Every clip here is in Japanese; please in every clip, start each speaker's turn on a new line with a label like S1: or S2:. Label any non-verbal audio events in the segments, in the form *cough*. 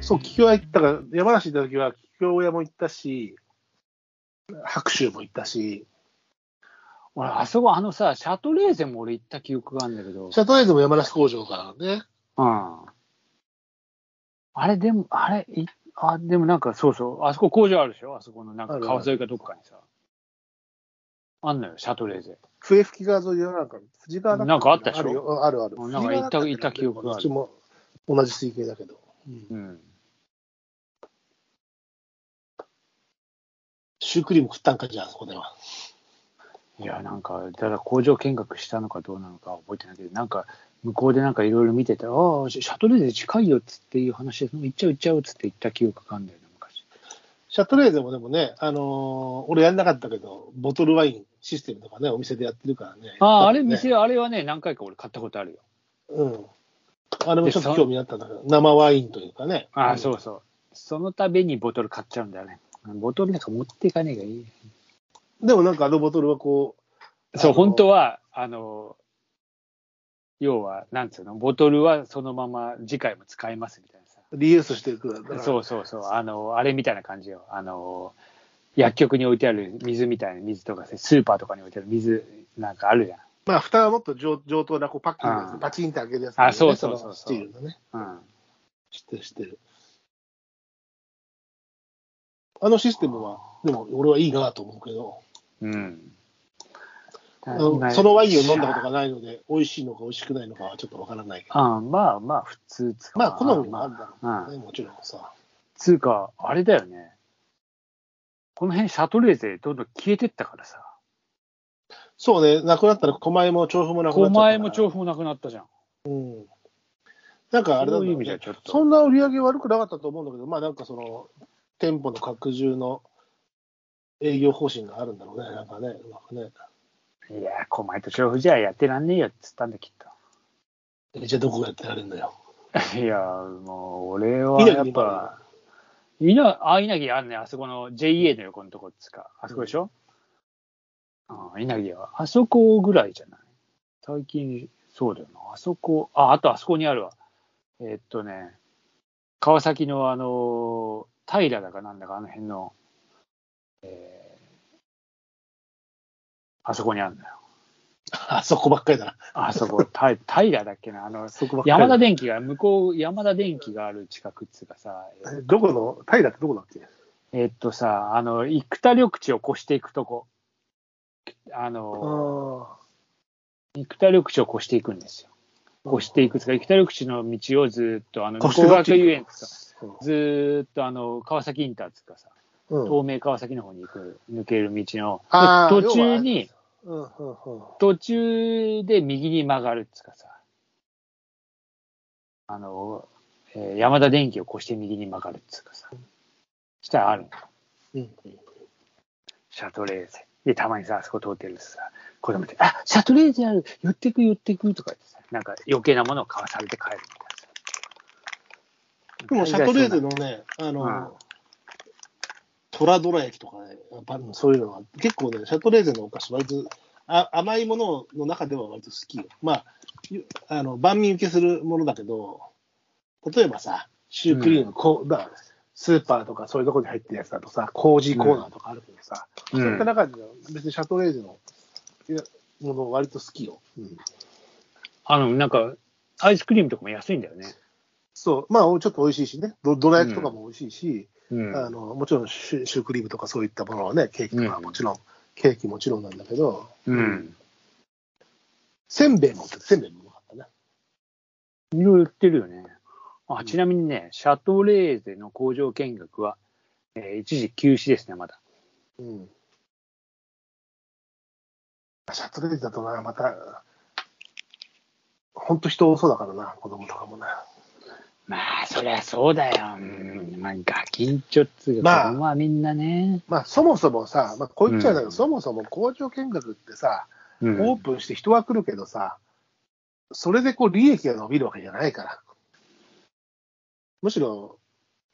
S1: そう、桔梗屋行ったから、山梨行った時は、桔梗屋も行ったし、白州も行ったし、
S2: 俺、あそこ、あのさ、シャトレーゼも俺行った記憶があるんだけど。
S1: シャトレーゼも山梨工場からね。
S2: うん。あれ、でも、あれ、いあ、でもなんか、そうそう、あそこ工場あるでしょあそこの、なん
S1: あ
S2: か、
S1: る
S2: 川沿いかどっかにさ。あんのよ、シャトレーゼ。
S1: 笛吹川沿いはなんか、富士川だ
S2: なんかあったでしょ
S1: あるよあるある。
S2: なんか行った行った記憶がある
S1: うちも同じ水系だけど。うん
S2: うん。
S1: シュークリーム食ったんか、じゃあ、そこでは。
S2: いや、なんか、ただ工場見学したのかどうなのか覚えてないけど、なんか、向こうでなんかいろいろ見てて、ああ、シャトレーゼ近いよっつっていう話で、行っちゃう行っちゃうっつって行った記憶があるんだよね、昔。
S1: シャトレーゼもでもね、あのー俺やんなかったけど、ボトルワインシステムとかね、お店でやってるからね。
S2: ああ、あれ
S1: やったよね
S2: 店、あれはね、何回か俺買ったことあるよ。
S1: うん。あれもちょっと興味あったんだけど、生ワインというかね。
S2: ああ、
S1: う
S2: そ
S1: ん。
S2: うそう。そのたびにボトル買っちゃうんだよね。ボトルなんか持っていかねえがいい。
S1: でもなんかあのボトルはこう、
S2: そう、
S1: あの
S2: 本当は、あの、要は、なんつうの、ボトルはそのまま次回も使えますみたいなさ。
S1: リユースしていくだから
S2: そうそうそう、あの、あれみたいな感じよ。あの、薬局に置いてある水みたいな水とかさ、スーパーとかに置いてある水なんかあるじ
S1: まあ、蓋はもっと上上等なこうパッキングです
S2: うん
S1: パチンって開けるやつ、
S2: あそうそうそう
S1: のスチールのね。
S2: ゃん。うん。
S1: 知ってる、知ってる。あのシステムは、でも俺はいいなと思うけど、
S2: うん。
S1: あのそのワインを飲んだことがないので、美味しいのか美味しくないのかはちょっとわからないけど、
S2: あまあまあ、普通つか
S1: まあ、好みもあるだろ
S2: まあ
S1: うね、もちろんさ。
S2: つうか、あれだよね。この辺、シャトレーゼ、どんどん消えてったからさ。
S1: そうね、なくなったら、狛江も調布もなくなっちゃ
S2: 狛
S1: ったから
S2: 江も調布もなくなったじゃん。
S1: うん。なんかあれなん
S2: そう
S1: だろ
S2: いう意
S1: う
S2: 味じゃ
S1: ね、
S2: ちょっと。
S1: そんな売り上げ悪くなかったと思うんだけど、まあなんかその、店舗の拡充の営業方針があるんだろうね、なんかね、うまくね。
S2: いや、狛江と調布じゃやってらんねえよっつったんだ、きっ
S1: えじゃあどこがやってられるんだよ。
S2: と。いや、もう、俺は
S1: 稲
S2: や
S1: 城
S2: っ
S1: にも
S2: ぱ、
S1: あ
S2: いな、あ、稲城あるね、あそこの JA の横のとこっつうか、あそこでしょ、ああ、稲城は。あそこぐらいじゃない最近、そうだよな。あそこ、あ、あとあそこにあるわ。えーっとね、川崎のあの、平だかなんだか、あの辺の、えーあそこにあるんだよ。
S1: る *laughs* なあそこばっかりだな。
S2: あそこ、た平だっけな、あの
S1: あ、そこばっかりだな
S2: 山田電機が、向こう、山田電機がある近くっつうかさ、えー
S1: えどこの、タイだってどこだっけ
S2: えっとさ、あの、生田緑地を越していくとこ。あの、
S1: あ
S2: 生田緑地を越していくんですよ。越していくつか、生田緑地の道をずっと、あの、
S1: 越
S2: 向
S1: してい
S2: こ
S1: うく
S2: 学遊園つか、ずーっとあの、川崎インターつかさ、
S1: あ。うん。
S2: 東名川崎の方に行く、抜ける道の、
S1: あー
S2: で途中に、
S1: うんうんうん
S2: 途中で右に曲がるっつかさ、あの、えー山田電機を越して右に曲がるっつかさ、したらあるの
S1: うん
S2: シャトレーゼ。で、たまにさ、あそこ通ってるとさ、子供って、あシャトレーゼある、寄ってく、寄ってくとか言ってさ、なんか余計なものを買わされて帰るみたい
S1: で
S2: なさ。
S1: も、シャトレーゼのね、あ
S2: うん
S1: の、トラドラ焼きとかね、やっぱそういうのは、結構ね、シャトレーゼのお菓子、割とあ甘いものの中では割と好きよ。まあ、ゆあの万民受けするものだけど、例えばさ、シュークリーム、こうだスーパーとかそういうとこに入ってるやつだとさ、工事コーナーとかあるけどさ、
S2: うん
S1: そういった中では別にシャトレーゼのいやもの割と好きよ。うん
S2: あの、なんか、アイスクリームとかも安いんだよね。
S1: そう、まあ、ちょっと美味しいしね、どどら焼きとかも美味しいし、
S2: うん。
S1: あのもちろんシュシュークリームとかそういったものはね、ケーキとかは
S2: うん
S1: もちろん、ケーキもちろんなんだけど、
S2: うん。
S1: せんべいも、せんべいもうまかったね。
S2: いろいろ売ってるよね。あ、ちなみにね、シャトレーゼの工場見学は、えー一時休止ですね、まだ。
S1: うん。シャトレーゼだとな、また、ほんと人多そうだからな、子供とかもね。
S2: まあ、そりゃそうだよ。うん。まあ、ガキンチョっつう
S1: まあ
S2: か、子供はみんなね。
S1: まあ、そもそもさ、まあ、こう言っちゃうんだけど、
S2: うん
S1: そもそも工場見学ってさ、
S2: う
S1: オー
S2: ん。
S1: プンして人は来るけどさ、それでこう利益が伸びるわけじゃないから。むしろ、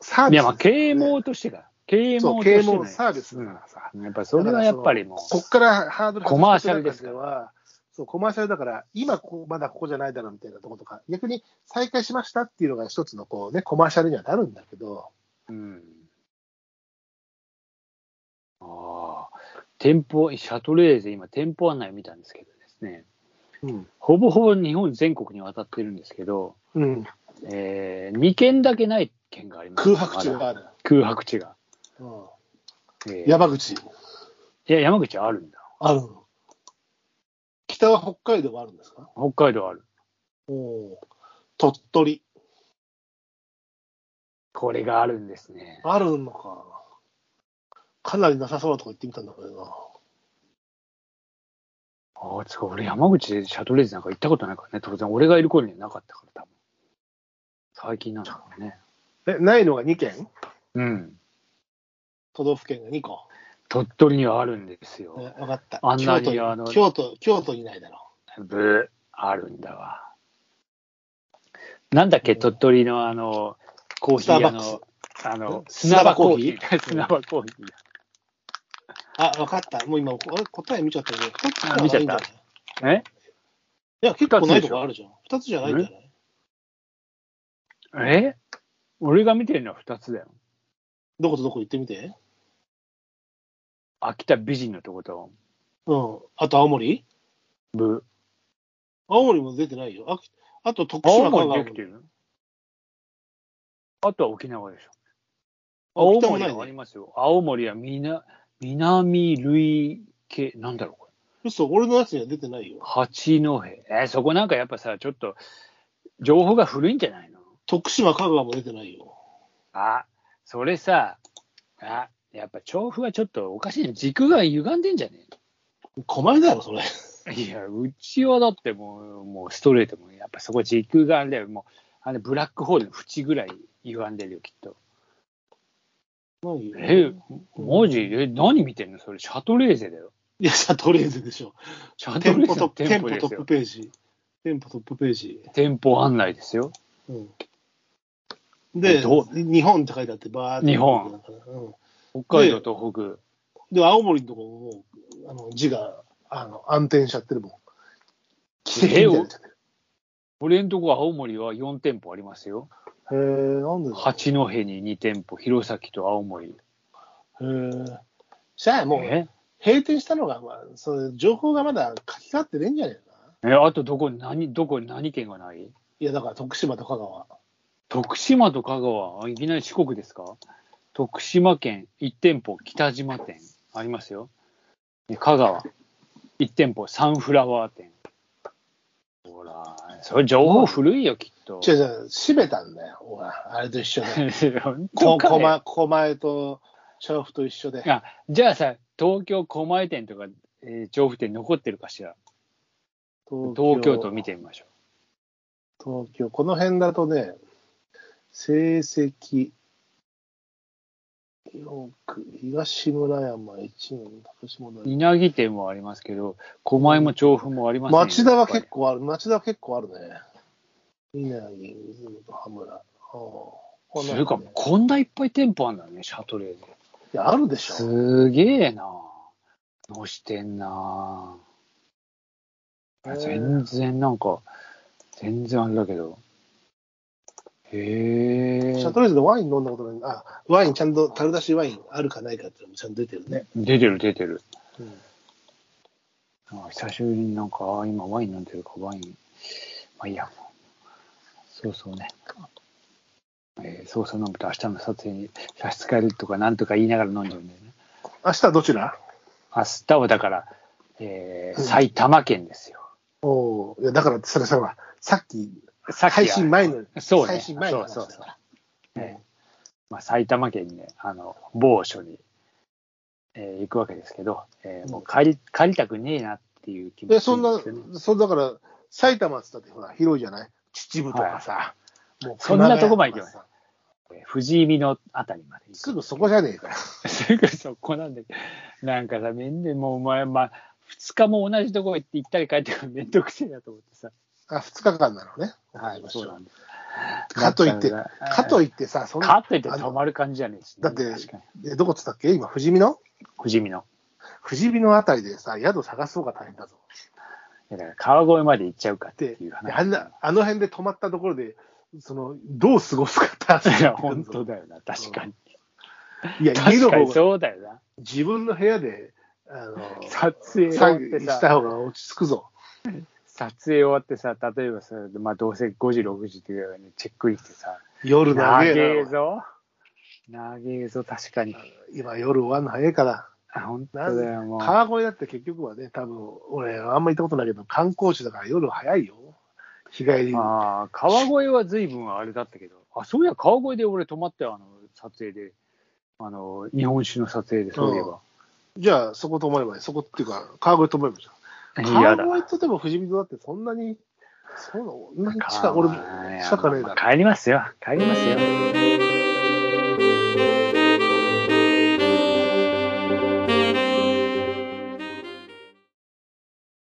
S1: サー
S2: い
S1: ビスですよね、
S2: や、まあ、啓蒙としてだ。啓
S1: そ
S2: 蒙
S1: う、
S2: として
S1: 啓
S2: ね。
S1: 蒙サービスだからさ。
S2: やっぱそれはやっぱりも
S1: こっからハードル
S2: コマーシャルです
S1: からは、そう、コマーシャルだから、今ここ、まだここじゃないだろうみたいなとことか、逆に再開しましたっていうのが一つのこうね、コマーシャルにはなるんだけど、
S2: うん。ああ、店舗、シャトレーゼ、今、店舗案内を見たんですけどですね、
S1: うん。
S2: ほぼほぼ日本全国に渡ってるんですけど、
S1: うん。
S2: えー、2件だけない県があります、
S1: 空白地がある。
S2: 空白地が。
S1: うん。
S2: えー
S1: 山口。
S2: いや、山口あるんだ。
S1: ある。北は北海道はあるんですか
S2: 北海道ある。
S1: おー鳥取。
S2: これがあるんですね。
S1: あるのか。かなりなさそうなとこ行ってみたんだけどな。
S2: ああ、つうか、俺山口でシャトレーゼなんか行ったことないからね。当然、俺がいる頃にはなかったから、多分。最近なんだろうね。
S1: え、ないのが2件
S2: うん。
S1: 都道府県が2個。
S2: 鳥取にはあるんです
S1: ね
S2: よ。
S1: わかった。
S2: あんなに
S1: 京都
S2: あの
S1: 京都、京都にないだろ
S2: ブー、あるんだわ。なんだっけ、鳥取のあの、コーヒー屋
S1: スター
S2: の、あ
S1: ん
S2: の、砂場コーヒー。
S1: 砂
S2: *laughs* 砂場コーヒ
S1: う。
S2: ー。
S1: あ、わかった。もう今、俺答え見ちゃったけど、一つの方が
S2: あ見ち
S1: い
S2: ゃった
S1: いんじゃない
S2: え
S1: いや、結構ないとこあるじゃん。二つじゃないんじゃない
S2: え俺が見てるのは2つだよ。
S1: どことどこ行ってみて。
S2: 秋田美人のとこと、
S1: うん。あと青森
S2: ブー。
S1: 青森も出てないよ。ああと徳島香
S2: 青
S1: 川
S2: 森できてるあとは沖縄でしょ。青
S1: 北も
S2: 森
S1: ない
S2: はあり
S1: ね。
S2: ますよ。青森はみな南類系、なんだろうこれ。
S1: 嘘、俺のやつには出てないよ。
S2: 八戸。えーそこなんかやっぱさ、ちょっと、情報が古いんじゃないの
S1: 徳島香川も出てないよ。
S2: あ、それさ、あ、やっぱ調布はちょっとおかしいね。軸が歪んでんじゃね
S1: 狛江だろ、それ。
S2: えいや、うちはだってもう、もうストレートも、やっぱそこ軸があれだよ。もう、あのブラックホールの縁ぐらい歪んでるよ、きっと。
S1: ないよ。
S2: え、マジえ、何見てんのそれ、シャトレーゼだよ。
S1: いや、シャトレーゼでしょ。
S2: シャト
S1: 店
S2: レー
S1: 舗
S2: ゼ
S1: トッ
S2: の
S1: プ、店
S2: 店舗
S1: 舗
S2: で
S1: ト
S2: す
S1: ップ
S2: よ。
S1: ページ。店舗トップページ。
S2: 店舗案内ですよ。
S1: うん。で、
S2: えどう
S1: 日本って書いてあって、バーって。
S2: 日本
S1: うん。
S2: 北海道、東北。
S1: で、青森のとこももう、あの、字が、あの、暗転しちゃってるもん。奇跡みたいになっちゃってる。
S2: 俺んとこ青森は4店舗ありますよ。
S1: へえ、なんでだろう
S2: 八戸に2店舗、弘前と青森。
S1: へーじゃあもう
S2: え
S1: 閉店したのが、まあ、その情報がまだ書き換わってねえんじゃねえかな。
S2: え、あとどこに何、どこに何県がない
S1: いや、だから徳島と香川。
S2: 徳島と香川、あいきなり四国ですか徳島県1店舗、北島店ありますよ。で香川1店舗、サンフラワー店。ほら、それ情報古いよ、きっと。 *laughs*
S1: 違う違う、閉めたんだよ。ほら、あれと一緒で。
S2: 本
S1: こ
S2: 当かよ
S1: 狛江狛江と調布と一緒で
S2: い。やじゃあさ、東京狛江店とか、えー調布店残ってるかしら。
S1: 東
S2: 東京都見てみましょう。
S1: 東京、この辺だとね、成績、広く、東村山、一の高島台。
S2: 稲城店もありますけど、狛江も調布もあります
S1: 町田は
S2: やっぱ
S1: 結構ある、町田は結構あるね。稲城、水本、葉村。ああこの
S2: り
S1: 辺
S2: それか、こんないっぱい店舗あるんだね、シャトレーゼ。
S1: いや、あるでしょ。
S2: すげえな。のしてんな。
S1: へえ
S2: 全然なんか、全然あれだけど。へえ
S1: シ。ャトレーゼでワイン飲んだことない。あ、ワインちゃんと、樽出しワインあるかないかっていうのもちゃんと出てるね。
S2: 出てる出てる。
S1: うん
S2: あ久しぶりになんか、あ今ワイン飲んでるか、ワイン。まあいいや。そうそうね。えー、そうそう飲むと明日の撮影に差し支えるとかなんとか言いながら飲んじゃうんだよね。
S1: 明日どちら
S2: 明日はだから、えー埼玉県ですよ。
S1: おおーいや、だから、それさ、ほらさっき、
S2: さっきは
S1: 配信前の、
S2: そうね
S1: 配信前の話
S2: そ
S1: だ
S2: うそう
S1: か
S2: そう
S1: ら。
S2: えまあ、埼玉県にね、あの、某所に、えー行くわけですけど、えーもう帰り、帰りたくねえなっていう気持ち
S1: え、そんな
S2: ですよね、
S1: そうだから、埼玉っつったってほら、広いじゃない秩父とかさ、もう
S2: そんなとこまで行
S1: 熊谷
S2: けます
S1: とかさ
S2: えー藤井見のあたりまで行く
S1: すぐそこじゃねえかよ。
S2: すぐそこなんで、なんかさ、めんでもうお前、まあ、2日も同じとこ行って行ったり帰ってくるのめんどくせえなと思ってさ。
S1: あ、2日間なのね。はい、
S2: そうなんです。
S1: かといって、
S2: だから
S1: かといってさ、そんな、
S2: かといって止まる感じじゃねえし、
S1: だって
S2: 確かに。
S1: えどこっつったっけ今、富士見の
S2: 富士見の。
S1: 富士見のあたりでさ、宿探す方が大変だぞ。
S2: いだから川越まで行っちゃうかって
S1: で
S2: いう話。
S1: あんなあの辺で止まったところで、そのどう過ごすかって話
S2: い
S1: にな
S2: や、
S1: ってくる
S2: 本
S1: ぞ
S2: 当だよな、確かに。
S1: いや、家
S2: 確
S1: の
S2: か
S1: 方
S2: に
S1: が
S2: そうだよな。
S1: 自分の部屋で、あの、
S2: 撮影終わ
S1: 作
S2: って
S1: 業し
S2: さ、
S1: た方が落ち着くぞ。
S2: 撮影終わってさ、例えばさ、まあ、どうせ5時、6時っていうようにチェックインしてさ、
S1: 夜の
S2: 長
S1: 早
S2: え
S1: いな。
S2: ぞ。長えぞ、確かに。
S1: 今夜終わるの早いから。
S2: あ、本当
S1: なん
S2: だよ、もう。
S1: 川越だって結局はね、多分、俺、あんま行ったことないけど、観光地だから夜早いよ。日帰り。
S2: まあ、川越は随分あれだったけど、あ、そういや、川越で俺泊まったよ、あの、撮影で。あの、日本酒の撮影で、そういえば。
S1: じゃあ、そこと思えばいい。そこっていうか、川越と思えばいいじゃん。
S2: 嫌だ。
S1: 川越とでも富士見だってそんなに、そんなに近い、俺も
S2: あーいや
S1: 近くねえだろ
S2: まあ帰りますよ、帰りますよ。
S1: 「